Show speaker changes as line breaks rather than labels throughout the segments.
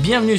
Bienvenue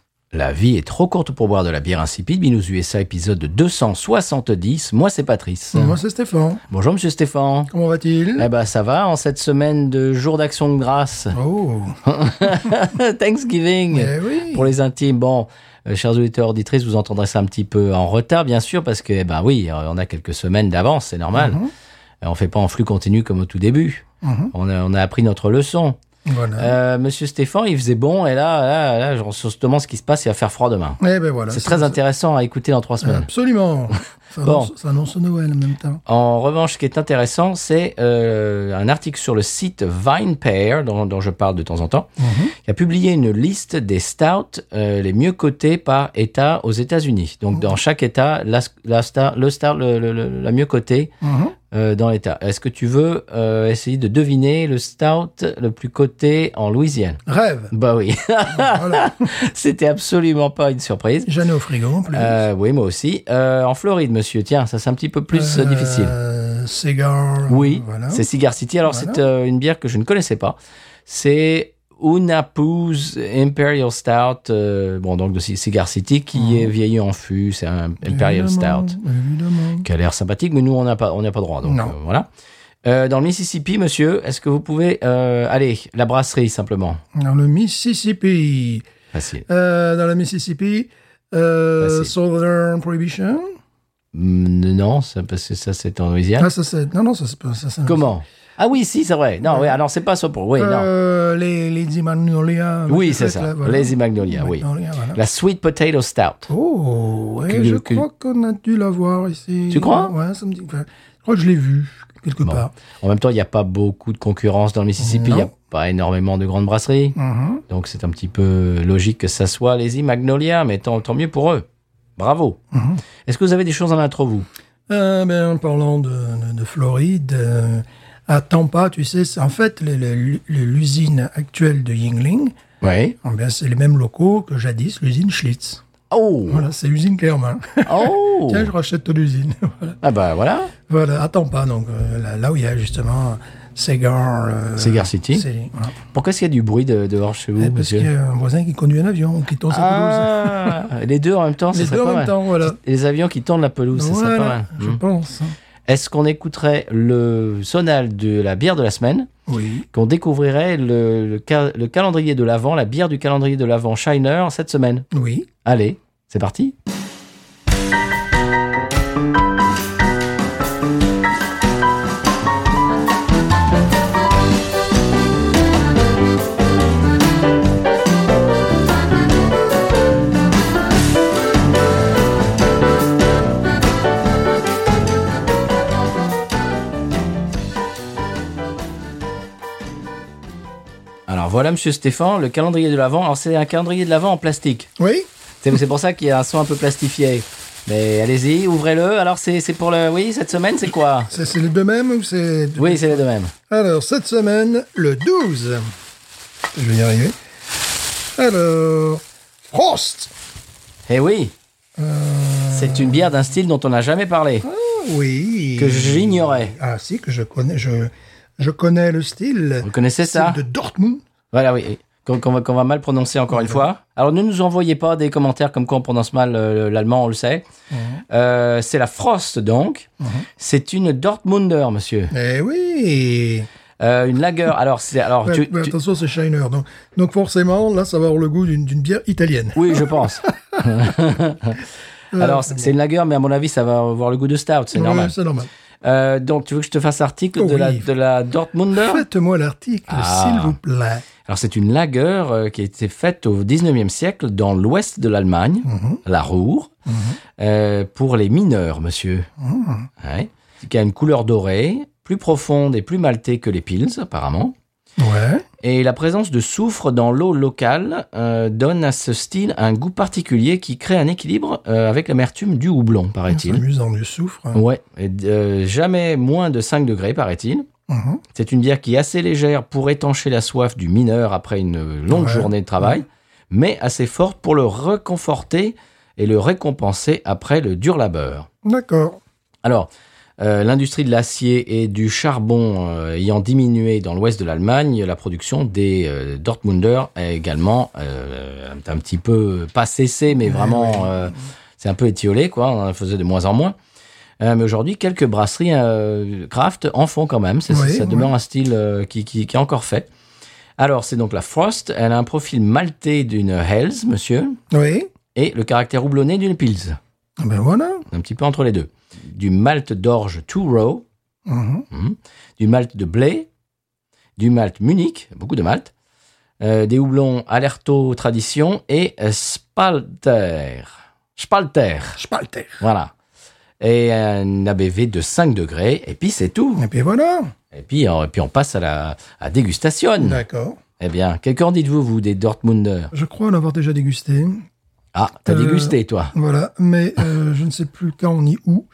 La vie est trop courte pour boire de la bière insipide. Binous USA, épisode 270. Moi, c'est Patrice.
Moi, c'est Stéphane.
Bonjour, monsieur Stéphane.
Comment va-t-il
Eh ben, ça va en cette semaine de jour d'action de grâce.
Oh,
Thanksgiving.
eh oui.
Pour les intimes, bon, euh, chers auditeurs, auditrices, vous entendrez ça un petit peu en retard, bien sûr, parce que, eh ben oui, euh, on a quelques semaines d'avance, c'est normal. Euh, On fait pas en flux continu comme au tout début.
Mhm.
On, a, on a appris notre leçon.
Voilà.
Euh, Monsieur Stéphane, il faisait bon, et là, là, là, je- on se demande ce qui se passe, il va faire froid demain.
Eh ben voilà.
C'est très intéressant à écouter dans trois semaines.
Absolument. Ça,
Bon.
annonce, ça annonce Noël en même temps.
En revanche, ce qui est intéressant, c'est euh, un article sur le site VinePair, dont, dont je parle de temps en temps, qui a publié une liste des stouts euh, les mieux cotés par État aux États-Unis. Donc, dans chaque État, la, la star, le star, le- le- le- la mieux cotée
Mhm.
euh, dans l'État. Est-ce que tu veux euh, essayer de deviner le stout le plus coté en Louisiane
Rêve.
Bah oui,
voilà.
c'était absolument pas une surprise.
Jeanne au frigo en plus.
Euh, oui, moi aussi. Euh, en Floride, monsieur, tiens, ça c'est un petit peu plus euh, difficile.
Euh, Cigar.
Oui,
Voilà.
c'est Cigar City. Alors,
Voilà.
c'est euh, une bière que je ne connaissais pas. C'est Unapoo's Imperial Stout, euh, bon, donc de Ci- Cigar City, qui est vieillie en fût. C'est un Imperial
Mhm. Évidemment,
Stout
Évidemment.
qui a l'air sympathique, mais nous, on n'a pas, on n'a pas droit. Donc,
Non.
euh, voilà. Euh, dans le Mississippi, monsieur, est-ce que vous pouvez. euh, allez, la brasserie, simplement.
Dans le Mississippi.
Facile.
Euh, dans le Mississippi. Euh,
Facile.
Southern Prohibition.
Mm, Non, ça- parce que ça, c'est en Louisiane.
Ah, ça c'est. Non, non, ça c'est pas. Ça, c'est-
Hein Comment Ah oui, si, c'est vrai. Non, oui, alors c'est pas ça pour. Oui, non.
Euh, les, les Magnolia.
Oui, c'est ça. Lazy Magnolia, oui.
voilà.
La Sweet Potato Stout.
Oh, ouais,
Que-
je
que-
crois qu'on a dû la voir ici.
Tu crois
Ouais, ça me dit. enfin, je crois que je l'ai vue quelque
Bon.
part.
En même temps, il n'y a pas beaucoup de concurrence dans le Mississippi. Il
Non.
n'y a pas énormément de grandes brasseries.
Mhm.
Donc, c'est un petit peu logique que ça soit les Magnolia, mais tant, tant mieux pour eux. Bravo.
Mhm.
Est-ce que vous avez des choses en intro, vous
Euh, ben, en parlant de, de- de Floride, euh, à Tampa, tu sais, c'est- en fait le- le- le- l'usine actuelle de Yingling,
Oui.
eh bien, c'est les mêmes locaux que jadis l'usine Schlitz.
Oh
Voilà, c'est l'usine clé en main.
Oh
Tiens, je rachète toute l'usine. voilà.
Ah bah voilà.
Voilà, attends pas, donc euh, là, là où il y a justement Segar. euh,
Cigar City.
c'est- voilà.
Pourquoi est-ce qu'il y a du bruit de- dehors chez vous,
Eh, Parce qu'il y
monsieur
a un voisin qui conduit un avion, ou qui tourne sa pelouse.
Ah Les deux en même temps, ça
Les
serait
deux
pas
en même
mal.
temps, voilà.
Les avions qui tournent la pelouse, ça serait pas
Voilà,
mal.
je
Hmm.
pense.
Est-ce qu'on écouterait le sonal de la bière de la semaine
Oui.
qu'on découvrirait le, le ca- le calendrier de l'Avent, la bière du calendrier de l'Avent Shiner cette semaine.
Oui.
Allez, c'est parti Alors voilà, monsieur Stéphane, le calendrier de l'Avent. Alors c'est un calendrier de l'Avent en plastique.
Oui.
C'est c'est pour ça qu'il y a un son un peu plastifié. Mais allez-y, ouvrez-le. Alors c'est c'est pour le... Oui, cette semaine, c'est quoi
C'est c'est les deux mêmes ou c'est.
Oui, c'est les deux mêmes.
Alors, cette semaine, le 12. Je vais y arriver. Alors. Frost
Eh oui
Euh.
C'est une bière d'un style dont on n'a jamais parlé,
Oui.
que j'ignorais.
Ah, si, que je connais. Je, je connais le style.
Vous connaissez ça
Style de Dortmund.
Voilà, oui. Qu'on qu'on va, qu'on va mal prononcer encore une fois. Alors, ne nous envoyez pas des commentaires comme quoi on prononce mal euh, l'allemand, on le sait. Euh, c'est la Frost, donc. C'est une Dortmunder, monsieur.
Eh oui
Euh, une lager. Alors, c'est. Alors,
Ouais,
tu-
ouais,
tu-
Attention, c'est Shiner. Donc, donc forcément, là, ça va avoir le goût d'une d'une bière italienne. Euh,
Oui, je pense. Alors, c'est c'est une lager, mais à mon avis, ça va avoir le goût de stout, c'est
Ouais,
normal.
C'est normal.
Euh, donc, tu veux que je te fasse article
Oh
de, la,
oui.
de la Dortmunder
Faites-moi l'article,
Ah.
s'il vous plaît.
Alors, c'est une lager euh, qui a été faite au 19e siècle dans l'ouest de l'Allemagne,
Mhm.
la Ruhr, euh, pour les mineurs, monsieur.
Mhm.
Ouais. Qui a une couleur dorée, plus profonde et plus maltée que les pils, apparemment.
Ouais.
Et la présence de soufre dans l'eau locale euh, donne à ce style un goût particulier qui crée un équilibre euh, avec l'amertume du houblon,
Ah, C'est
paraît-il.
amusant du soufre. hein.
Ouais, Et, euh, jamais moins de 5 degrés, paraît-il.
Mhm.
C'est une bière qui est assez légère pour étancher la soif du mineur après une longue
Ouais.
journée de travail, mais assez forte pour le reconforter et le récompenser après le dur labeur.
D'accord.
Alors, euh, l'industrie de l'acier et du charbon euh, ayant diminué dans l'ouest de l'Allemagne, la production des euh, Dortmunder a également euh, un petit peu, pas cessé, mais
Ouais,
vraiment,
ouais.
euh, c'est un peu étiolé, quoi. On en faisait de moins en moins. Euh, mais aujourd'hui, quelques brasseries euh, craft en font quand même. C'est-
Oui,
ça
oui.
demeure un style euh, qui, qui- qui est encore fait. Alors, c'est donc la Frost. Elle a un profil maltais d'une Hells, monsieur,
Oui.
et le caractère houblonné d'une Pils.
Ah Ben voilà.
Un petit peu entre les deux. Du malt d'orge Two Row,
Mhm.
Mhm. du malt de blé, du malt Munich, beaucoup de malt, euh, des houblons Alerto Tradition et euh, Spalter. Spalter,
Spalter.
voilà. Et un ABV de 5 degrés, et puis c'est tout.
Et puis voilà.
Et puis, on, et puis on passe à la à dégustation.
D'accord.
Eh bien, qu'en dites-vous, vous, des Dortmunder
Je crois l'avoir déjà dégusté.
Ah, t'as
Euh,
dégusté, toi
Voilà. Mais euh, je ne sais plus quand ni où.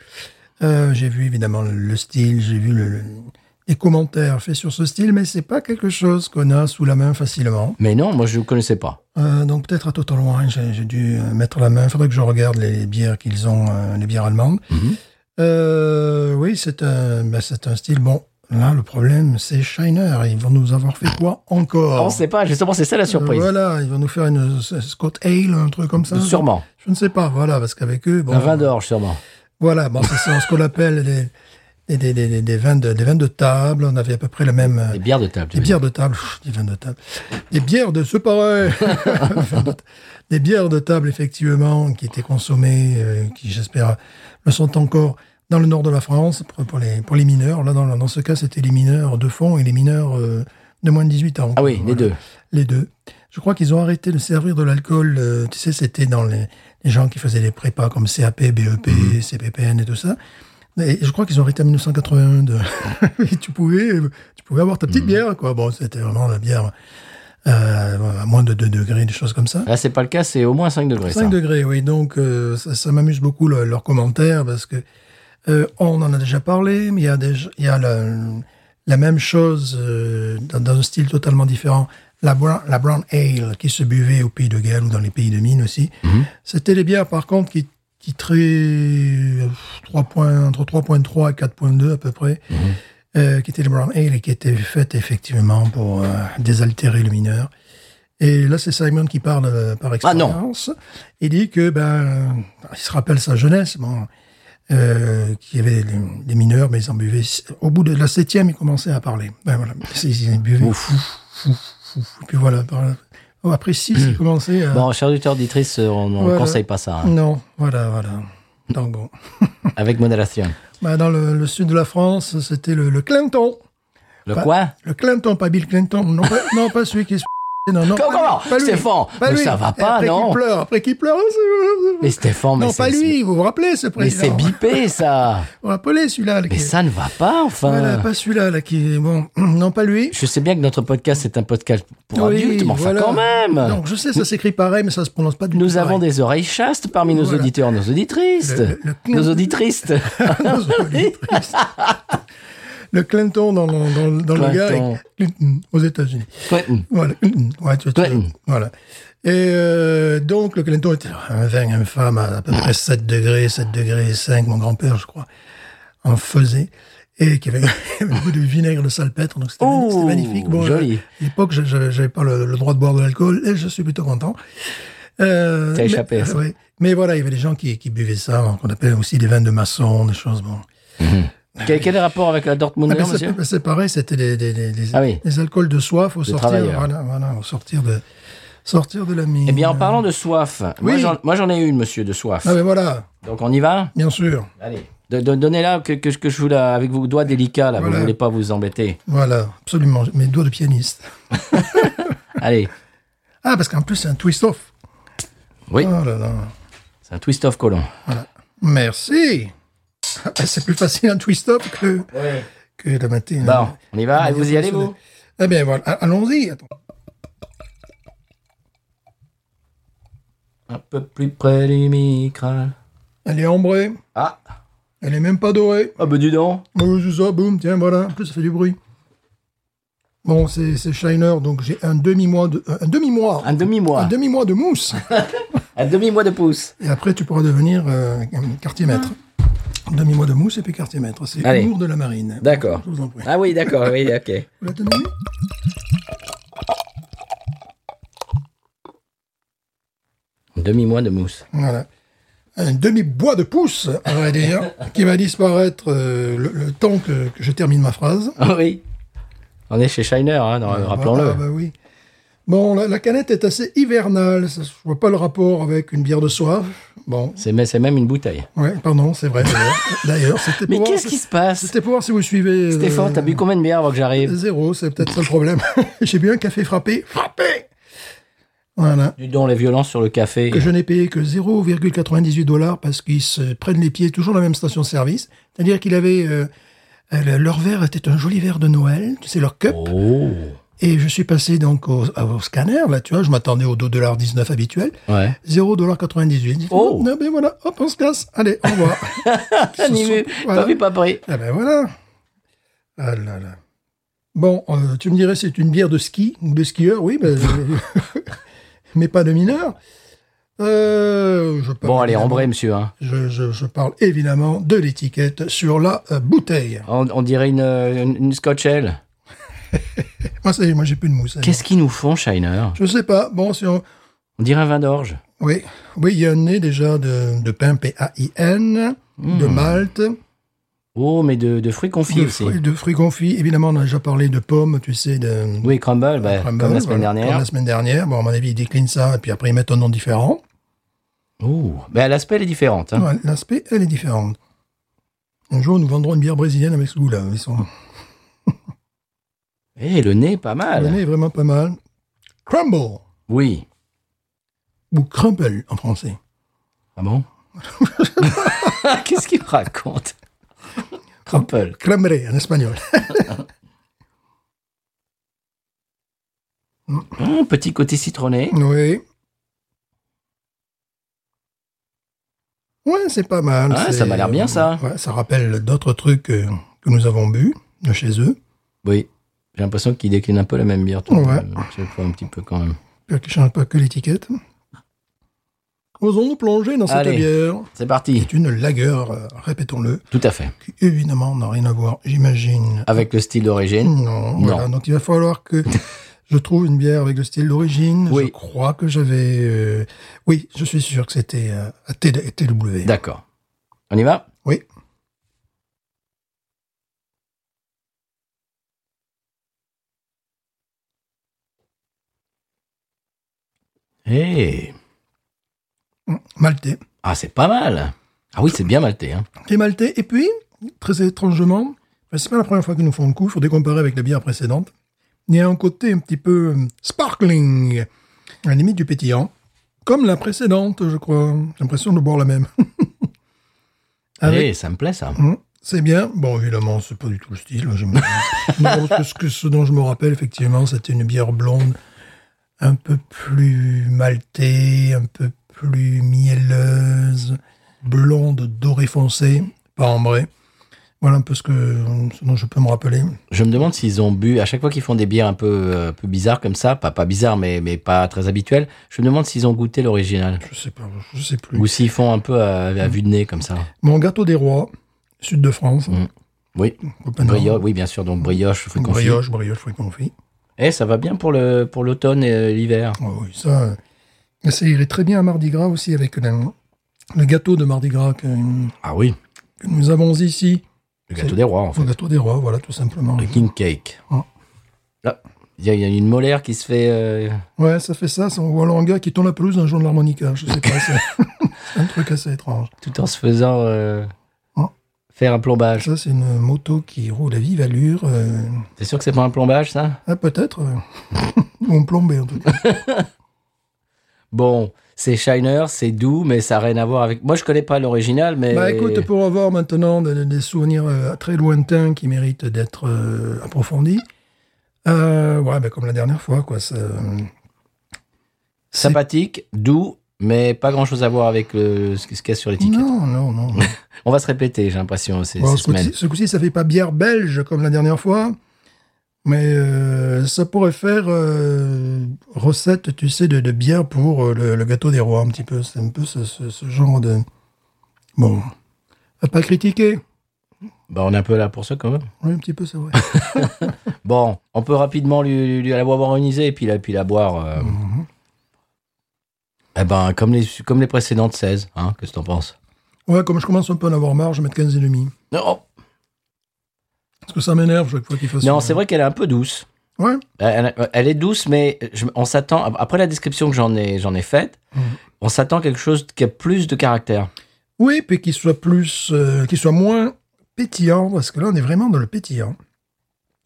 Euh, j'ai vu évidemment le- le style, j'ai vu le- le- les commentaires faits sur ce style, mais c'est pas quelque chose qu'on a sous la main facilement.
Mais non, moi, je ne connaissais pas.
Euh, donc peut-être à Total Wine, j'ai j'ai dû euh, mettre la main. Il faudrait que je regarde les bières qu'ils ont, euh, les bières allemandes.
Mhm.
Euh, oui, c'est un, bah, c'est un style. Bon, là, le problème, c'est Shiner. Ils vont nous avoir fait quoi encore
On ne sait pas, justement, Oh, c'est ça la surprise.
Euh, voilà, ils vont nous faire une S- Scott Ale, un truc comme ça.
Sûrement.
Je ne sais pas, voilà, parce qu'avec eux, bon,
Un vin d'orge, sûrement.
voilà, bon, c'est c'est ce qu'on appelle des, des, des, des, des- des vins de, des vins de table. On avait à peu près le même. euh,
Des bières de table, tu
des
veux dire.
bières de table, pff, des vins de table. Des bières de ce pareil. Vins de ta- des bières de table, effectivement, qui étaient consommées, euh, qui j'espère le sont encore dans le nord de la France, pour, pour les, pour les mineurs. Là, dans, dans ce cas, c'était les mineurs de fond et les mineurs euh, de moins de 18 ans.
Ah oui, les
Voilà.
deux.
Les deux. Je crois qu'ils ont arrêté de servir de l'alcool. euh, tu sais, c'était dans les, les gens qui faisaient des prépas comme CAP, BEP, CPPN et tout ça. Et je crois qu'ils ont arrêté en 1981. de- et tu pouvais, tu pouvais avoir ta petite bière, quoi. Bon, c'était vraiment la bière euh, à moins de 2 degrés, des choses comme ça.
Là, c'est pas le cas, c'est au moins 5 degrés.
5
ça.
degrés, oui. Donc, euh, ça, ça m'amuse beaucoup le- leurs commentaires parce que euh, on en a déjà parlé, mais il y a, déjà, il y a la, la même chose euh, dans, dans un style totalement différent. La brown, la brown ale qui se buvait au pays de Galles ou dans les pays de mine aussi. C'était les bières, par contre, qui, qui traient 3 points, entre 3.3 et 4.2 à peu près,
Mhm.
euh, qui étaient les brown ale et qui étaient faites effectivement pour euh, désaltérer le mineur. Et là, c'est Simon qui parle euh, par
Ah non.
expérience. Il dit que ben, il se rappelle sa jeunesse, bon, euh, qu'il y avait des des mineurs, mais ils en buvaient. Au bout de la septième, ils commençaient à parler. Ben voilà, ils buvaient. Ouf. Et puis voilà. par là. Oh, après six, ils commençaient à.
Bon, chers auditeurs, auditrices, euh, on ne
Voilà. Mm.
conseille pas ça. hein.
Non, voilà, voilà. Donc bon.
Avec modération.
Bah, dans le, le sud de la France, c'était le, le Clinton.
Le
Pas-
quoi
Le Clinton, pas Bill Clinton. Non, pas, non, pas celui qui est. Non, non,
Comment,
pas lui, pas lui.
Stéphane,
Pas
mais
lui.
ça va
Et
pas,
après
non
qu'il pleure, après qu'il pleure. oh,
Mais Stéphane, mais
non,
c'est-
pas lui, vous vous rappelez ce
Mais c'est
président
bipé, ça
On l'appelait celui-là. là,
Mais
qui-
ça ne va pas, enfin
Mm. Voilà, pas celui-là, là, qui. Bon, non, pas lui.
Je sais bien que notre podcast est un podcast pour
Oui,
adultes, mais enfin
voilà.
quand même
Donc, je sais, ça s'écrit pareil, mais ça se prononce pas du
Nous
tout
avons
pareil.
des oreilles chastes parmi nos
Voilà.
auditeurs, nos auditrices
Le- le- le-
Nos auditrices
Nos auditrices. Le Clinton dans, le- dans, le- dans le gars
Clinton.
avec Clinton aux États-Unis.
Clinton.
Voilà. Clinton. Ouais, tu- tu-
Clinton.
Voilà. Et euh, donc, le Clinton était Hein, un vin infâme à à peu près 7 degrés, 7 degrés 5, mon grand-père, je crois, en faisait. Et qui avait beaucoup de vinaigre de salpêtre, donc c'était
Oh,
c'était magnifique.
joli.
À l'époque, je- je- j'avais pas le, le droit de boire de l'alcool, et je suis plutôt content. Euh,
T'as
mais-
échappé à ça.
oui. Mais voilà, il y avait des gens qui, qui buvaient ça, hein, qu'on appelle aussi des vins de maçon, des choses. Bon.
Quel, quel est le rapport avec la Dortmund,
Ah, ben,
monsieur
c'est- c'est pareil, c'était des, des- des- des-
Ah oui.
des alcools de soif au sortir,
travailleurs.
voilà, voilà, au sortir de sortir de la mine.
Eh bien, en parlant de soif, moi,
Oui.
j'en- moi j'en ai une, monsieur, de soif.
Ah ben voilà,
Donc on y va
bien sûr,
Allez. De- de- Donnez-la que, que, que je vous la, avec vos doigts délicats, là, vous
Voilà.
voulez pas vous embêter.
voilà, absolument, mes doigts de pianiste.
Allez,
Ah parce qu'en plus c'est un twist off.
Oui.
Oh là là.
c'est un twist of colon.
Merci. bah, Ah ben, c'est plus facile un twist off que que la matinée.
Bon, on y va,
Ah,
vous y allez
attention.
vous
Eh bien, voilà. A- Allons-y. Attends.
Un peu plus près du micro.
Elle est ambrée.
Ah,
Elle est même pas dorée.
ah bah dis donc.
Oh, c'est ça, boum, tiens, voilà. En plus, ça fait du bruit. Bon, c'est c'est Shiner, donc j'ai un demi-mois de... euh, Un demi-mois
Un demi-mois.
Un demi-mois de mousse.
Un demi-mois de pouce.
Et après, tu pourras devenir euh, quartier maître. Demi-mois de mousse et puis quartier maître. C'est
Allez.
humour de la marine.
D'accord.
Je vous en prie.
Ah oui, d'accord, oui, ok.
Vous la tenez
Demi-mois de mousse.
Voilà. Un demi-bois de pouce, à vrai dire, qui va disparaître euh, le, le temps que, que je termine ma phrase.
Ah oui. On est chez Shiner, hein, non, rappelons-le.
Ah, bah oui. Bon, la, la canette est assez hivernale. Ça, je vois pas le rapport avec une bière de soif. Bon,
C'est mais c'est même une bouteille.
ouais, pardon, c'est vrai. d'ailleurs. D'ailleurs, c'était pour
Mais
voir
qu'est-ce
si-
qui se passe
C'était pour voir si vous suivez. euh,
Stéphane, t'as bu combien de bières avant que j'arrive
Zéro, c'est peut-être ça le problème. J'ai bu un café frappé. Frappé Voilà.
Du don, les violences sur le café.
Que je n'ai payé que 0,98 dollars parce qu'ils se prennent les pieds toujours dans la même station service. C'est-à-dire qu'il avait. euh, euh, le- leur verre était un joli verre de Noël, tu sais, leur cup.
Oh
Et je suis passé donc au, au scanner, là, tu vois, je m'attendais au 2,19 habituel.
Ouais.
0,98$.
Oh.
Non, mais voilà, hop, on se casse. Allez, au revoir.
Animé,
Voilà.
pas vu, pas pris.
Ah ben voilà. Ah là là. Bon, euh, tu me dirais c'est une bière de ski ou de skieur, oui, ben, euh, mais pas de mineur. Euh, je parle
Bon, allez,
évidemment-
rembrée, monsieur. hein.
Je, je- je parle évidemment de l'étiquette sur la euh, bouteille.
On, on dirait une, euh, une, une Scotch Ale.
Moi, ça y est, moi j'ai plus de mousse. alors.
Qu'est-ce qu'ils nous font, Shiner
Je sais pas. Bon, si on...
On dirait un vin d'orge.
Oui, oui, il y a un nez déjà de, de pain P-A-I-N, de Malte,
Oh, mais de, de fruits confits
de
Hmm. aussi.
fruits, de fruits confits. Évidemment, on a déjà parlé de pommes, tu sais, de,
Oui, crumble, bah,
Crumble,
comme la semaine
voilà,
dernière.
Comme la semaine dernière. Bon, à mon avis, ils déclinent ça et puis après, ils mettent un nom différent.
Oh, bah, l'aspect elle est différente. hein.
Ouais, L'aspect, elle est différente. Un jour, nous vendrons une bière brésilienne avec ce goût-là. Ils sont...
Eh, le nez, pas
Le
mal.
nez est vraiment pas mal. Crumble
Oui.
ou crumble en français.
Ah bon Qu'est-ce qu'il me raconte Crumple.
Cramere en espagnol.
Un Oh, petit côté citronné.
Oui. Ouais, c'est pas mal.
Ah,
c'est-
ça m'a l'air bien, ça.
Ouais, ça rappelle d'autres trucs euh, que nous avons bu de chez eux.
Oui. J'ai l'impression qu'il décline un peu la même bière. tout le
Ouais.
temps. Je sais pas, un petit peu quand même.
J'espère qu'ils changent pas que l'étiquette. Osons nous plonger dans cette
Allez.
bière.
C'est parti.
C'est une lagueur, euh, répétons-le,
Tout à fait.
qui évidemment n'a rien à voir, j'imagine.
Avec le style d'origine.
Non, voilà. Donc il va falloir que je trouve une bière avec le style d'origine.
Oui.
Je crois que j'avais. euh, Oui, je suis sûr que c'était euh, à T- TW.
D'accord. On y va
Oui.
Eh
Hum, Maltais.
Ah, c'est pas mal. Ah oui, c'est bien maltais. Hein.
Et maltais. Et puis, très étrangement, mais c'est pas la première fois qu'ils nous font le coup, il faudrait comparer avec la bière précédente. Il y a un côté un petit peu euh, sparkling, à la limite du pétillant. Comme la précédente, je crois. J'ai l'impression de boire la même. Avec-
Eh, ça me plaît ça.
Hum, C'est bien. Bon, évidemment, c'est pas du tout le style. Je me- Non, parce que ce dont je me rappelle, effectivement, c'était une bière blonde un peu plus maltée, un peu plus mielleuse, blonde dorée foncée, pas ambrée. Voilà un peu ce, que, ce dont je peux me rappeler.
Je me demande s'ils ont bu, à chaque fois qu'ils font des bières un peu, euh, un peu bizarres comme ça, pas, pas bizarres, mais, mais pas très habituelles, je me demande s'ils ont goûté l'original.
Je sais pas, je sais plus.
Ou s'ils font un peu à, à vue de nez comme ça.
Mon gâteau des rois, sud de France.
Hum. Oui,
Copenhague.
brioche, oui, bien sûr, donc brioche, fruits confits.
Ah brioche, brioche, fruits confits.
Eh, ça va bien pour le pour l'automne et euh, l'hiver.
Ah oui, ça, euh, ça irait très bien à Mardi Gras aussi avec la- le gâteau de Mardi Gras que,
Ah oui,
que nous avons ici.
le gâteau des rois en fait.
Le gâteau des rois, voilà, tout simplement.
Le king cake.
Hum.
Là, il y, a- il y a une molaire qui se fait. euh,
Ouais, ça fait ça, ça on voit un gars qui tourne la pelouse d'un jour de l'harmonica, je sais pas, c'est c'est un truc assez étrange.
tout en se faisant euh,
Hum.
faire un plombage.
Ça, c'est une moto qui roule à vive allure, euh,
T'es sûr que c'est pas un plombage ça
ah, peut-être, euh, ou en plombé en tout cas.
Bon, c'est Shiner, c'est doux, mais ça n'a rien à voir avec. Moi, je connais pas l'original, mais.
Bah écoute, pour avoir maintenant des, des souvenirs euh, très lointains qui méritent d'être euh, approfondis, Euh, ouais, ben, comme la dernière fois, quoi. Ça, euh, c'est-
Sympathique, doux, mais pas grand chose à voir avec le- ce qu'il y a sur l'étiquette.
Non, Bah, non, non. non.
On va se répéter, j'ai l'impression, ces,
Bon,
ces
ce coup-ci,
semaines.
ce coup-ci, ça fait pas bière belge comme la dernière fois, mais euh, ça pourrait faire euh, recette, tu sais, de, de bière pour euh, le, le gâteau des rois, un petit peu. C'est un peu ce, ce- ce genre de. Bon. À pas critiquer.
Bah, on est un peu là pour ça quand même.
Oui, un petit peu, c'est vrai.
Bon, on peut rapidement lui, lui- lui- la boire baroniser et puis la, puis la boire. euh, Eh ben, comme les, comme les précédentes 16, hein, qu'est-ce que t'en penses
ouais, comme je commence un peu à en avoir marre, je vais mettre 15 et demi.
Non,
Parce que ça m'énerve chaque fois qu'il fasse.
non c'est vrai qu'elle est un peu douce.
Ouais.
Elle, elle- elle est douce, mais je- on s'attend, après la description que j'en ai, j'en ai faite,
Mhm.
on s'attend à quelque chose qui a plus de caractère.
Oui, puis qu'il soit plus, euh, qu'il soit moins pétillant, parce que là, on est vraiment dans le pétillant.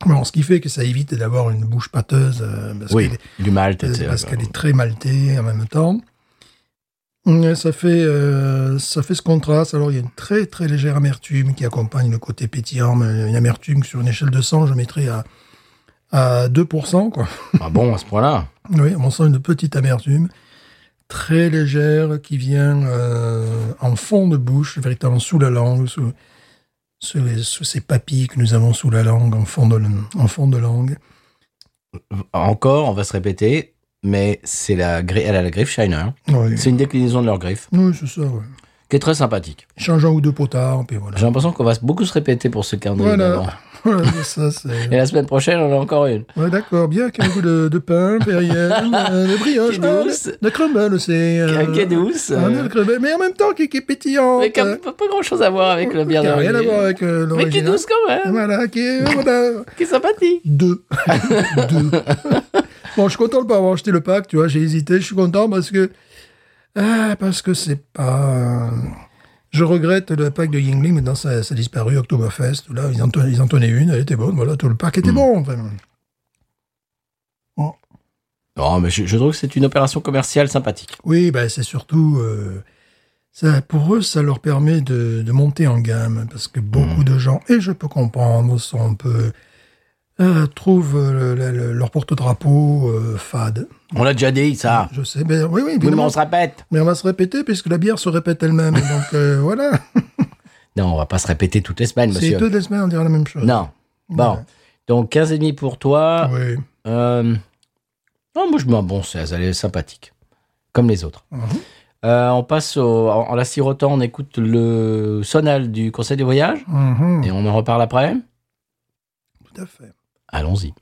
Bon, ce qui fait que ça évite d'avoir une bouche pâteuse, euh, parce qu'elle est-
du malt,
euh,
etc.
parce qu'elle est très maltée en même temps. Et ça fait, euh, ça fait ce contraste. Alors, il y a une très, très légère amertume qui accompagne le côté pétillant, mais une amertume sur une échelle de 100, je mettrais à, à 2%, quoi.
Ah bon, à ce point-là
Oui, on sent une petite amertume très légère qui vient euh, en fond de bouche, véritablement sous la langue, sous, sous, les- sous ces papilles que nous avons sous la langue, en fond de, en fond de langue.
Encore, on va se répéter, mais c'est la, gri- elle a la griffe Shiner.
Oui,
C'est une déclinaison de leur griffe,
Oui, c'est ça. ouais.
qui est très sympathique.
Change un ou deux potards, puis voilà.
J'ai l'impression qu'on va beaucoup se répéter pour ce calendrier
Voilà.
d'avant.
Voilà, c'est ça, c'est...
Et la semaine prochaine, on en a encore une.
Ouais, d'accord, bien qu'un goût de, de pain, périenne, euh, de brioche,
Qui
de,
douce.
de crumble aussi. euh,
Qui est douce,
un
euh,
autre crumble, mais en même temps qui, qui est pétillante. Euh,
mais qui n'a pas grand chose à voir avec le
qui
bien
a rien à voir
d'Orly.
avec euh,
Mais qui est
l'original.
douce hein. quand même,
Voilà, qui est... euh, bah, voilà.
qui est sympathique.
Deux. Deux. bon, je suis content de pas avoir acheté le pack, tu vois, j'ai hésité, je suis content parce que. Ah, parce que c'est pas. Je regrette le pack de Yingling, maintenant ça, ça a disparu, Oktoberfest, là, ils en, ten- ils en tenaient une, elle était bonne, voilà, tout le pack était bon. enfin.
Non, mais je, je trouve que c'est une opération commerciale sympathique.
Oui, ben, c'est surtout. euh, ça, pour eux, ça leur permet de, de monter en gamme, parce que beaucoup de gens, et je peux comprendre, sont un peu. euh, trouvent euh, le- le- leur porte-drapeau euh, fade.
On l'a déjà dit, ça.
Je sais, ben, oui, oui,
Oui, mais
évidemment.
on se répète.
Mais on va se répéter puisque la bière se répète elle-même. Donc euh, voilà,
Non, on va pas se répéter toutes les semaines,
c'est
monsieur.
deux des semaines, on dira la même chose.
Non. Bon.
Ouais. Ah.
Donc, 15,5 pour toi.
Oui.
Euh, Non, moi, je mets un bon 16. Elle est sympathique. Comme les autres.
Mhm.
Euh, on passe au- en, en la sirotant, on écoute le sonal du Conseil des voyages.
Mhm.
Et on en reparle après.
Tout à fait.
Allons-y.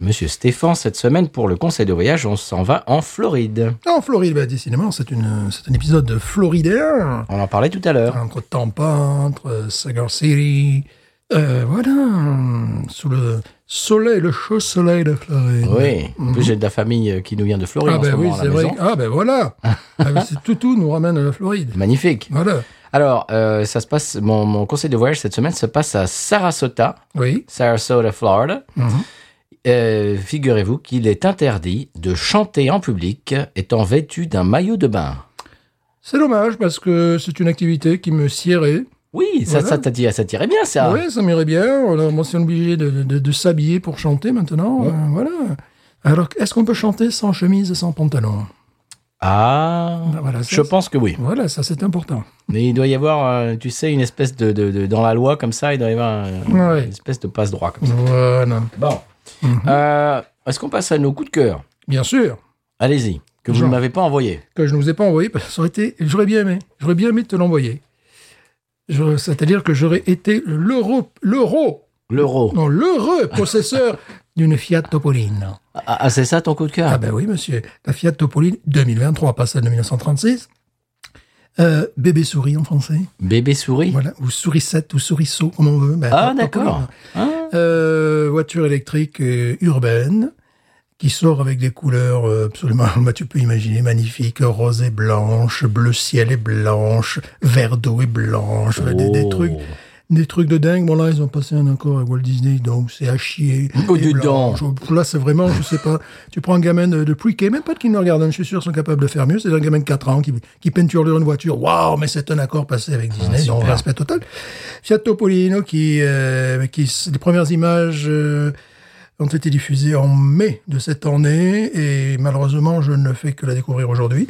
Monsieur Stéphane, cette semaine pour le conseil de voyage, on s'en va en Floride.
En Floride, bah, décidément, c'est une- c'est un épisode de floridéen.
On en parlait tout à l'heure.
Entre Tampa, entre euh, Cigar City. Euh, voilà, sous le soleil, le chaud soleil de Floride.
Oui. En plus, j'ai de la famille euh, qui nous vient de Floride
Ah
en ce
ben oui,
moment à
c'est
la
vrai.
maison.
Ah ben voilà. ah, ben, c'est toutou nous ramène à la Floride.
Magnifique.
Voilà.
Alors, euh, ça se passe. Mon, mon conseil de voyage cette semaine se passe à Sarasota,
Oui.
Sarasota, Florida.
Mhm.
Euh, Figurez-vous qu'il est interdit de chanter en public étant vêtu d'un maillot de bain.
C'est dommage parce que c'est une activité qui me siérait.
Oui, ça,
Voilà.
ça, t'a dit- ça t'irait bien, ça.
Oui, ça m'irait bien. Alors, moi, si on est obligé de, de- de s'habiller pour chanter maintenant,
Ouais.
euh, voilà. Alors, est-ce qu'on peut chanter sans chemise et sans pantalon
Ah,
Ah, voilà, ça,
je
c'est-
pense que oui.
Voilà, ça c'est important.
Mais il doit y avoir, euh, tu sais, une espèce de, de- de- Dans la loi, comme ça, il doit y avoir euh,
Ouais.
une espèce de passe-droit, comme ça.
Voilà.
Bon.
Mhm.
Euh, Est-ce qu'on passe à nos coups de cœur
Bien sûr
Allez-y, que vous
Genre.
ne m'avez pas envoyé.
que je ne vous ai pas envoyé, parce que ça aurait été, j'aurais bien aimé. J'aurais bien aimé te l'envoyer. Je- C'est-à-dire que j'aurais été l'euro, l'euro,
L'euro.
non, l'heureux possesseur d'une Fiat Topolino.
Ah, ah, c'est ça ton coup de cœur
Ah ben oui, monsieur. La Fiat Topolino 2023, pas celle de 1936. Euh, bébé souris en français.
Bébé souris
Voilà, ou sourisette ou souriceau, comme on veut. Ben,
Ah,
pas- pas
d'accord.
problème.
Ah,
Euh, voiture électrique euh, urbaine qui sort avec des couleurs euh, absolument, bah, tu peux imaginer, magnifiques, rose et blanche, bleu ciel et blanche, vert d'eau et blanche, des, des
oh.
trucs des trucs de dingue. Bon, là, ils ont passé un accord à Walt Disney, donc c'est à chier.
Oh,
Et
dis
blanc.
donc.
Je- Là, c'est vraiment, je sais pas. Tu prends un gamin de, de pre-K, même pas de kindergarten, je suis sûr, sont capables de faire mieux. C'est un gamin de 4 ans qui, qui peinture une voiture. Waouh, mais c'est un accord passé avec Disney,
Ah,
donc
super.
respect total. Fiat Topolino, qui, euh, qui, s- les premières images, euh, ont été diffusées en mai de cette année, et malheureusement, je ne fais que la découvrir aujourd'hui.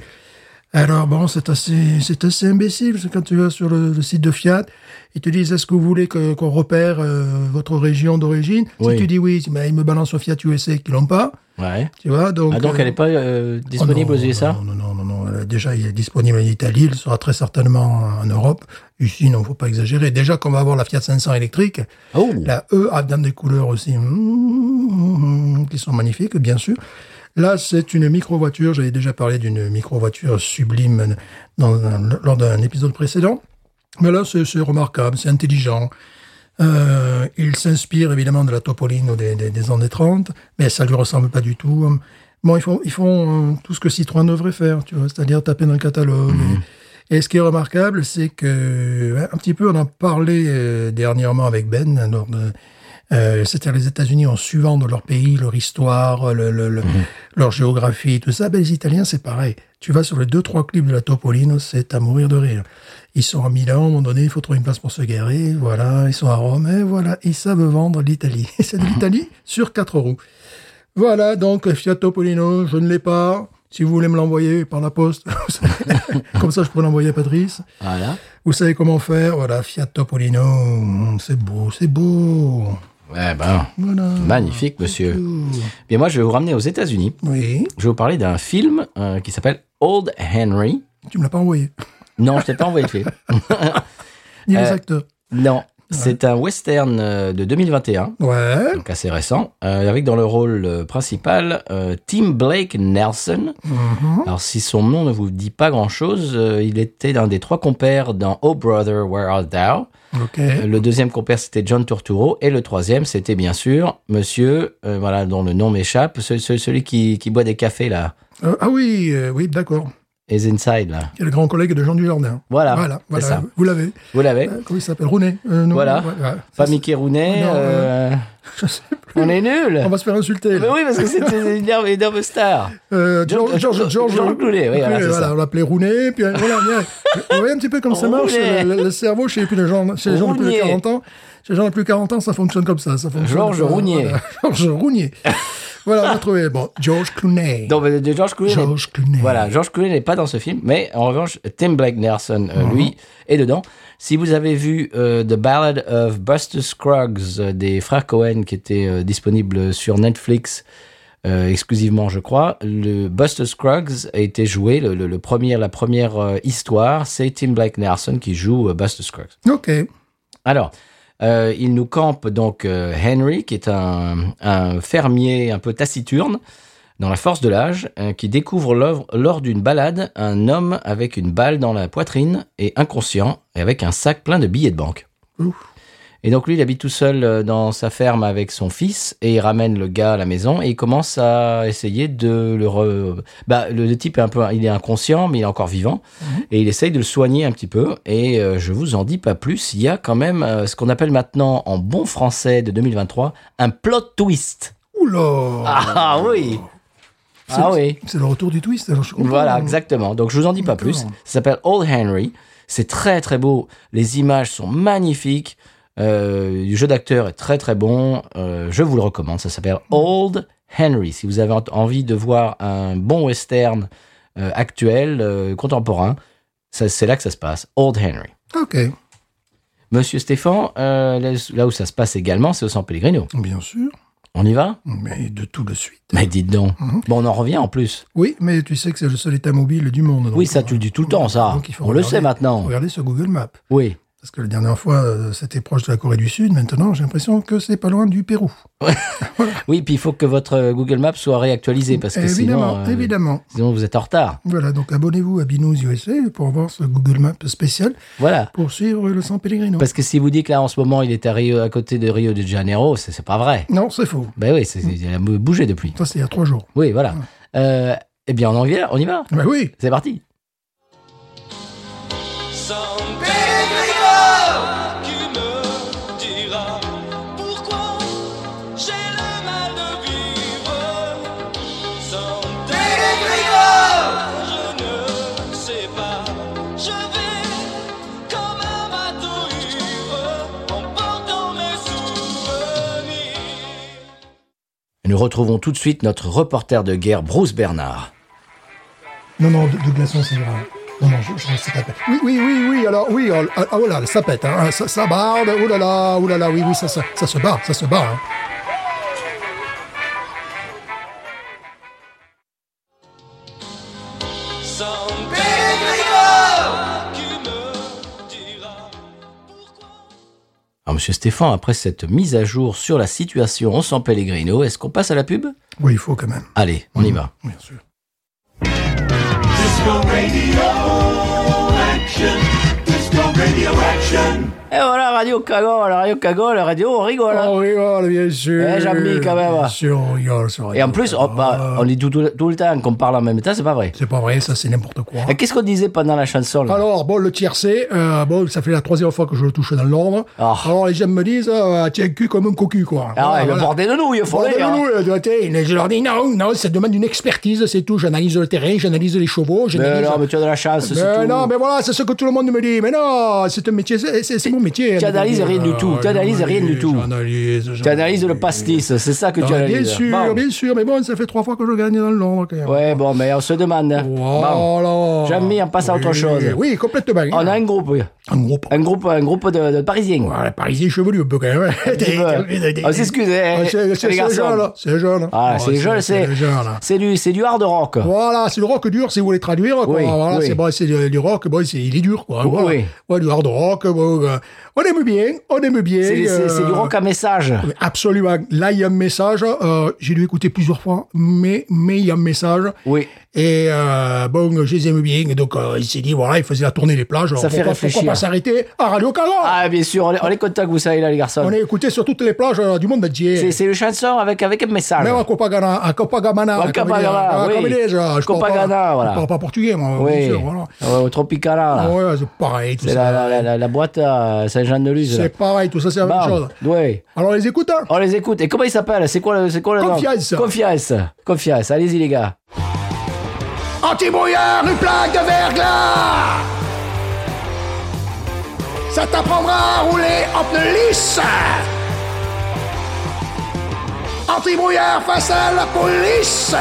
Alors bon, c'est assez, c'est assez imbécile, parce que quand tu vas sur le, le site de Fiat, ils te disent est-ce que vous voulez que- qu'on repère euh, votre région d'origine
Oui.
Si tu dis oui, tu- ben, ils me balancent au Fiat USA qu'ils l'ont pas,
Ouais.
tu vois. Donc,
Ah, donc
euh,
elle n'est pas euh, disponible
oh
aux
non,
USA
Non, non, non, non, non. Euh, Déjà, il est disponible en Italie, il sera très certainement en Europe. Ici, non, faut pas exagérer. Déjà, qu'on va avoir la Fiat 500 électrique,
Oh
la E a dans des couleurs aussi mm, qui sont magnifiques, bien sûr. Là, c'est une micro-voiture. J'avais déjà parlé d'une micro-voiture sublime dans un- lors d'un épisode précédent. Mais là, c'est c'est remarquable, c'est intelligent. Euh, il s'inspire évidemment de la Topolino des, des, des années 30, mais ça lui ressemble pas du tout. Bon, ils font, ils font euh, tout ce que Citroën devrait faire, tu vois, c'est-à-dire taper dans le catalogue. Et, et ce qui est remarquable, c'est que hein, un petit peu, on en parlait euh, dernièrement avec Ben. hein, lors de- euh, c'est-à-dire les États-Unis en suivant de leur pays, leur histoire, le- le- le- leur géographie, tout ça. Ben, les Italiens, c'est pareil. Tu vas sur les deux trois clips de la Topolino, c'est à mourir de rire. Ils sont à Milan, à un moment donné, il faut trouver une place pour se guérir. Voilà, ils sont à Rome, et voilà, ils savent vendre l'Italie. C'est de l'Italie sur quatre roues. Voilà, donc Fiat Topolino, je ne l'ai pas. Si vous voulez me l'envoyer par la poste, comme ça je pourrais l'envoyer à Patrice.
Voilà.
Vous savez comment faire. Voilà, Fiat Topolino, mm, c'est beau, c'est beau.
Ouais, ben,
Voilà.
magnifique, monsieur. Bien, moi, je vais vous ramener aux États-Unis.
Oui,
Je vais vous parler d'un film euh, qui s'appelle Old Henry.
tu me l'as pas envoyé.
Non, je t'ai pas envoyé le film.
Ni les
Euh.
acteurs.
Non, c'est un western euh, de 2021,
Ouais.
donc assez récent, euh, avec dans le rôle euh, principal euh, Tim Blake Nelson.
Mhm.
Alors, si son nom ne vous dit pas grand-chose, euh, il était un des trois compères dans Oh Brother, Where Art Thou.
Ok.
Euh,
Euh,
Le deuxième compère, c'était John Turturro. Et le troisième, c'était bien sûr monsieur, euh, voilà, dont le nom m'échappe, ce- ce- celui qui, qui boit des cafés, là.
Euh, ah oui, euh, oui, d'accord.
Is Inside, là.
Qui est le grand collègue de Jean Dujardin.
Voilà,
Voilà,
c'est
voilà.
ça.
Vous l'avez.
Vous l'avez
Euh, comment il s'appelle Rounet. Euh, non,
Voilà.
ouais, ouais.
Pas
Ça,
Mickey Rooney
Non,
euh,
c'est- je sais plus.
On est nuls
On va se faire insulter.
Mais
là.
Ah ben oui, parce que c'était une énorme, énorme star.
Euh, George,
George-
George, George,
George Clooney, oui, voilà, c'est ça.
on l'appelait Rounet, puis euh, voilà, bien. Vous voyez un petit peu comme ça marche,
Rounet.
le, le- le cerveau chez, plus les gens, chez les gens de plus de
Rounet.
40 ans, chez les gens de plus de 40 ans, ça fonctionne comme ça. ça fonctionne,
George
euh,
Rounier.
voilà, George Rounier. voilà, on a trouvé, bon, George Clooney.
Donc, de George Clooney. n'est-
George Clooney.
Voilà, George Clooney n'est pas dans ce film, mais en revanche, Tim Blake Nelson, euh, lui, est dedans. Si vous avez vu euh, The Ballad of Buster Scruggs euh, des frères Cohen, qui était euh, disponible sur Netflix euh, exclusivement, je crois, le Buster Scruggs a été joué, le, le- le premier, la première euh, histoire, c'est Tim Blake Nelson qui joue euh, Buster Scruggs.
Ok.
Alors, euh, il nous campe donc euh, Henry, qui est un, un fermier un peu taciturne, dans la force de l'âge, euh, qui découvre l'œuvre- lors d'une balade un homme avec une balle dans la poitrine et inconscient, et avec un sac plein de billets de banque.
Ouf.
Et donc lui, il habite tout seul euh, dans sa ferme avec son fils, et il ramène le gars à la maison, et il commence à essayer de le... re- Bah, le, le type est un peu... Il est inconscient, mais il est encore vivant et il essaye de le soigner un petit peu. Et euh, je vous en dis pas plus, il y a quand même euh, ce qu'on appelle maintenant en bon français de 2023 un plot twist.
Oula.
Ah oui
C'est-
Ah oui
C'est le retour du twist, alors je comprends.
Voilà, exactement. Donc je vous en dis pas plus. Ça
Mmh. D'accord.
s'appelle Old Henry. C'est très très beau. Les images sont magnifiques. Euh, le jeu d'acteur est très très bon. Euh, je vous le recommande. Ça s'appelle
Mmh.
Old Henry. Si vous avez ent- envie de voir un bon western euh, actuel, euh, contemporain, ça- c'est là que ça se passe. Old Henry.
Ok.
Monsieur Stéphane, euh, là- là où ça se passe également, c'est au San Pellegrino.
Bien sûr.
On y va
Mais de tout de suite.
Mais dites donc.
Mhm.
Bon, on en revient en plus.
Oui, mais tu sais que c'est le seul état mobile du monde.
Oui,
donc,
ça, tu le dis tout le temps, ça.
donc il faut
On le
regarder-
sait maintenant.
Regardez sur Google Maps.
Oui.
Parce que la dernière fois, euh, c'était proche de la Corée du Sud. Maintenant, j'ai l'impression que c'est pas loin du Pérou.
Oui, puis il faut que votre euh, Google Maps soit réactualisé parce que
évidemment,
sinon, euh,
évidemment.
sinon vous êtes en retard.
Voilà, donc abonnez-vous à Binous USA pour avoir ce Google Maps spécial
Voilà.
pour suivre le San Pellegrino.
Parce que si vous dites que là en ce moment il est à Rio, à côté de Rio de Janeiro, c'est c'est pas vrai.
Non, c'est faux.
Ben oui, c'est- c'est- il a bougé depuis.
Ça, c'est il y a trois jours.
Oui, voilà. Euh, eh bien, on en vient, on y va.
Ben oui,
C'est parti.
San Pellegrino qui meurt
Nous retrouvons tout de suite notre reporter de guerre Bruce Bernard.
Non, non, de, de glaçons, c'est grave. Non, non, je, je reste à peine. Oui, oui, oui, oui, alors, oui, oh, ah, oh là, là, ça pète, hein, ça, ça barde, oh là là, oh là là, oui, oui, ça, ça, ça se barre, ça se barre. hein.
Son Pégrino qui me dira
Alors, monsieur Stéphane, après cette mise à jour sur la situation en San Pellegrino, est-ce qu'on passe à la pub
Oui, il faut quand même,
Allez, on y va.
bien sûr.
Disco radio action. Disco radio action.
Et Eh, voilà, Radio Cagole, Radio Cagole, Radio on rigole. hein.
On rigole, bien sûr.
Eh, j'aime bien, quand même.
Bien sûr, on rigole, sur
Et en plus, on, bah, on dit tout, tout- tout le temps qu'on parle en même temps, c'est pas vrai.
C'est pas vrai, ça, c'est n'importe quoi.
Et qu'est-ce qu'on disait pendant la chanson là
Alors, bon, le tiercé, euh, bon, ça fait la troisième fois que je le touche dans l'ordre.
Ah.
Alors, les gens me disent, euh, tiens, cul comme un cocu,
Ah
quoi.
ouais,
Voilà,
le
voilà.
bordel de nouilles, faut
Bordel
les,
de
hein.
nous, euh, doit- tiens, Je leur dis, non, non, ça demande une expertise, c'est tout. J'analyse le terrain, j'analyse les chevaux,
Mais
j'analyse...
non, mais tu as de la chance, c'est
Mais
tout.
non, mais voilà, c'est ce que tout le monde me dit. Mais non, c'est un métier, c'est- c'est c'est mon métier. hein,
Tu analyses rien du tout, tu analyses rien du tout.
Ah, J'analyse,
Tu analyses le pastis, c'est ça que tu
Ah,
analyses.
Bien sûr,
Bon.
bien sûr, mais bon, ça fait trois fois que je gagne dans l'ordre, quand même.
Ouais, bon, mais on se demande. hein. Bon.
Voilà.
J'aime bien, on passe à autre
Oui,
chose.
Oui, complètement.
On a un groupe, oui.
un groupe.
un groupe, un groupe de, de Parisiens.
Voilà, Parisien chevelu, un peu quand même.
petit peu. On s'excuse, eh,
Ah,
eh,
C'est
les
c'est- c'est
garçons.
jeune, là. C'est jeune.
Ah, c'est jeune, c'est
C'est jeune, là.
c'est du, c'est du hard rock.
Voilà, c'est le rock dur, si vous voulez traduire. Quoi.
Oui,
voilà,
oui.
c'est bon, c'est du, du rock, bon, c'est, il est dur, quoi.
Oui.
Voilà. Ouais, du hard rock. bon, euh, on aime bien, on aime bien.
C'est c'est- c'est
euh,
du rock à message.
mais Absolument. Là, il y a un message. euh, j'ai dû écouter plusieurs fois, mais mais il y a un message.
Oui.
Et euh, bon, je les aime bien. Donc, euh, il s'est dit, voilà, il faisait la tournée des plages.
Ça fait
pourquoi,
réfléchir.
pourquoi pas s'arrêter à Radio Calor
Ah, bien sûr, on est, on est content que vous soyez là, les garçons.
On est écouté sur toutes les plages euh, du monde entier.
C'est c'est le chanson avec, avec un message.
Même à Copacabana, à Copacabana,
À Copacabana,
comme il dit,
oui.
comme il dit, je- je parle pas-
Copacabana, voilà.
Je parle pas portugais, moi. bien
oui.
sûr, voilà.
Ouais, au Tropicana, là.
Ouais, c'est pareil, tout
C'est
ça.
la, la, la, la boîte à Saint-Jean-de-Luz. là.
C'est pareil, tout ça, c'est la même
Bon,
chose.
ouais.
Alors, les hein. écoutants,
On les écoute. Et comment ils s'appellent C'est quoi le, c'est quoi le nom
Confiance.
Confiance. Confiance. Allez-y, les gars.
anti-brouillard, une plaque de verglas Ça t'apprendra à rouler en pneus lisses Anti-brouillard face à la police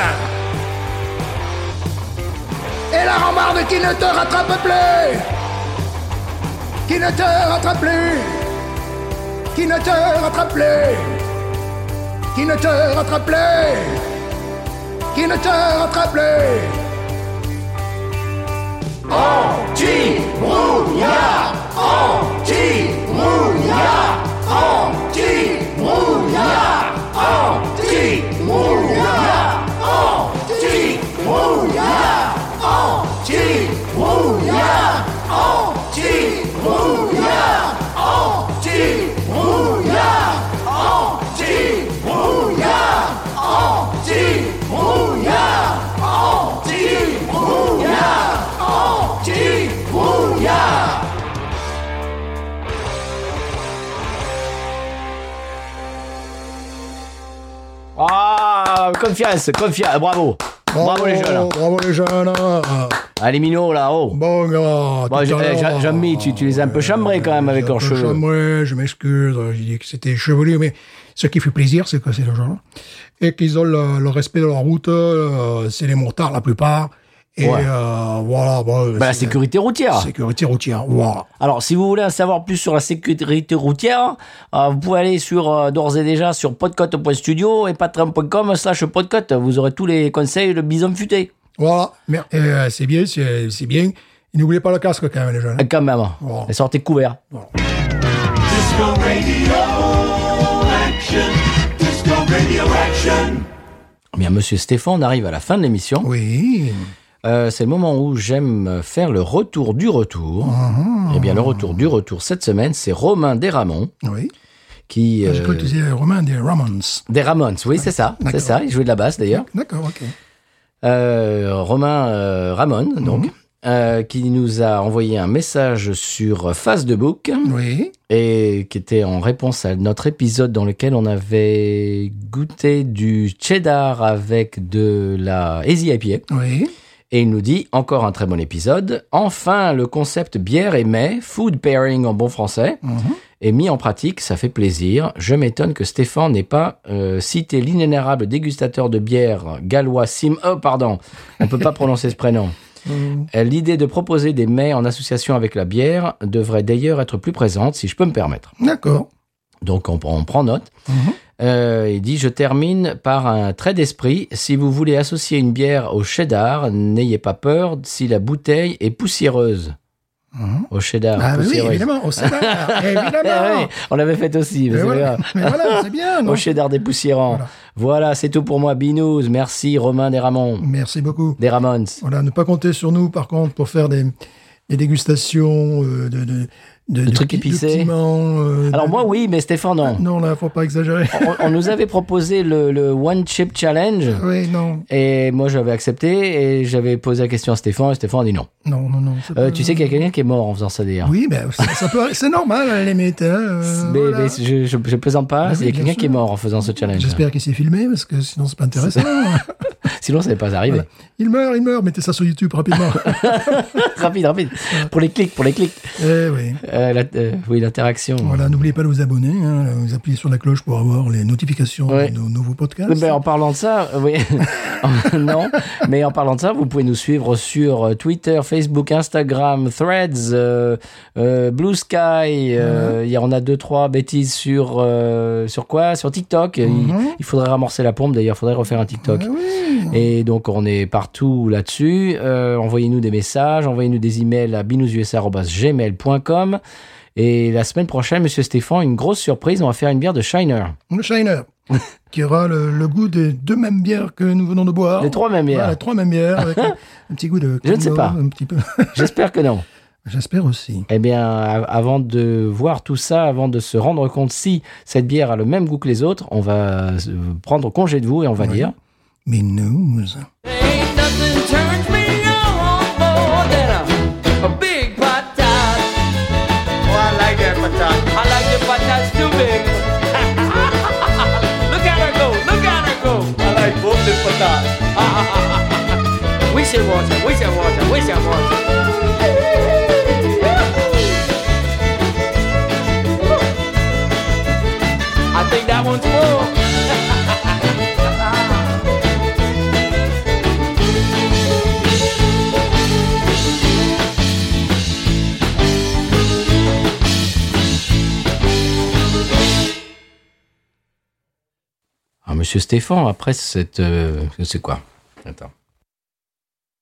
Et la rambarde qui ne te rattrape plus Qui ne te rattrape plus Qui ne te rattrape plus Qui ne te rattrape plus Qui ne te rattrape plus
Anti-brouillard. Anti-brouillard. Anti-brouillard. Anti-brouillard. Anti-brouillard. Anti-brouillard. Anti-brouillard. Anti-brouillard. Anti-brouillard. Anti-brouillard. Anti-brouillard. Anti-brouillard.
Ah, confiance, confiance. Bravo.
Oh.
Bravo, les jeunes.
Bravo les jeunes. euh,
Allez, Mino, là, oh.
Bon, gars.
Bon, j'ai- eh, j'ai- Jean-Mi, tu- tu les as un peu chambrés, quand même, avec leurs cheveux.
Chambrés, je m'excuse. euh, J'ai dit que c'était chevelu, mais ce qui fait plaisir, c'est que c'est les gens. Et qu'ils ont le, le respect de leur route. euh, c'est les montards, la plupart. Et
Ouais.
euh, voilà. Bon,
Bah, la
c'est-
sécurité routière.
Sécurité routière. Voilà.
Alors, si vous voulez en savoir plus sur la sécurité routière, euh, vous pouvez aller sur euh, d'ores et déjà sur podcote.studio et patreon.com slash podcote. Vous aurez tous les conseils de Bison Futé.
Voilà. Mais, euh, c'est bien, c'est c'est bien. Et N'oubliez pas le casque quand même, les jeunes.
Ah, Quand même.
Wow.
Et sortez couverts.
Disco radio action. Disco radio action.
Bien, monsieur Stéphane, on arrive à la fin de l'émission.
Oui.
Euh, c'est le moment où j'aime faire le retour du retour.
Ah.
Eh bien, le retour du retour cette semaine, c'est Romain Desramons
Oui.
qui...
Ah, Je
euh,
crois que tu disais Romain des Romans.
des Ramones, oui, c'est ça, c'est ça. Il jouait de la basse d'ailleurs.
D'accord, ok.
Euh, Romain euh, Ramon,
Mhm.
donc, euh, qui nous a envoyé un message sur Facebook
Oui.
et qui était en réponse à notre épisode dans lequel on avait goûté du cheddar avec de la Easy IPA.
Oui.
Et il nous dit encore un très bon épisode. Enfin, le concept bière et mets, food pairing en bon français. Et mis en pratique, ça fait plaisir. Je m'étonne que Stéphane n'ait pas euh, cité l'inénarrable dégustateur de bière gallois Sim. Oh, pardon, on peut pas prononcer ce prénom. Euh, L'idée de proposer des mets en association avec la bière devrait d'ailleurs être plus présente, si je peux me permettre.
D'accord.
Donc on, on prend note.
Mhm.
Euh, il dit, je termine par un trait d'esprit. Si vous voulez associer une bière au cheddar, n'ayez pas peur si la bouteille est poussiéreuse.
Mhm.
Au cheddar,
Ah, oui,
poussiéreuse.
évidemment, au salaire,
Ah
évidemment.
oui, on l'avait fait aussi. vous
Mais
savez,
voilà, mais voilà, c'est bien. non
Au cheddar des poussiérants. Voilà,
Voilà.
c'est tout pour moi, Binous. Merci, Romain des Ramons.
Merci beaucoup.
Des Ramones.
Voilà, ne pas compter sur nous, par contre, pour faire des, des dégustations euh, de, de, de,
trucs
pi-
épicés.
piments, euh,
Alors
de-
moi, oui, mais Stéphane, non.
Non, là, faut pas exagérer.
on, on nous avait proposé le, le One Chip Challenge.
oui, non,
Et moi, j'avais accepté et j'avais posé la question à Stéphane et Stéphane a dit non.
non, non, non. c'est
Euh,
pas-
tu sais qu'il y a quelqu'un qui est mort en faisant ça d'ailleurs.
Oui, ben, ça, ça peut arri- c'est normal à la limite. hein, euh,
mais,
voilà.
mais je, je, je plaisante pas,
Ah
il y a
oui, bien
quelqu'un qui est
sûr.
mort en faisant ce challenge.
J'espère qu'il s'est filmé parce que sinon c'est pas intéressant.
Sinon, ça n'est pas arrivé.
Voilà. Il meurt, il meurt. Mettez ça sur YouTube rapidement.
rapide, rapide. Pour les clics, pour les clics.
eh oui.
Euh, la- euh, oui, l'interaction.
Voilà, n'oubliez pas de vous abonner, hein, vous appuyez sur la cloche pour avoir les notifications
Ouais.
de nos nouveaux podcasts.
Eh ben, en parlant de ça, euh, oui. non, mais en parlant de ça, vous pouvez nous suivre sur euh, Twitter, Facebook, Instagram, Threads, euh, euh, Blue Sky. euh, il y a- on a deux trois bêtises sur euh, sur quoi Sur TikTok. Il- il, faudrait ramorcer la pompe. D'ailleurs, il faudrait refaire un TikTok.
Eh oui.
Et donc, on est partout là-dessus. Euh, envoyez-nous des messages, envoyez-nous des emails à binoususa.gmail.com. Et la semaine prochaine, Monsieur Stéphane, une grosse surprise, on va faire une bière de Shiner.
Le Shiner, qui aura le, le goût des deux mêmes bières que nous venons de boire.
Les trois mêmes bières.
Voilà, les trois mêmes bières, avec un, un petit goût de...
Je ne sais pas.
Un petit peu.
J'espère que non.
J'espère aussi.
Eh bien, a- avant de voir tout ça, avant de se rendre compte si cette bière a le même goût que les autres, on va euh, prendre congé de vous et on va dire...
Mais news.
Ain't nothing turns me on more than a, a big patat. Oh, I like that patat. I like the patats too big. look at her go, look at her go. I like both the patats. we should watch her, we should watch her, we should watch her. I think that one's full.
Ah, Monsieur Stéphane, après cette... euh, C'est quoi Attends.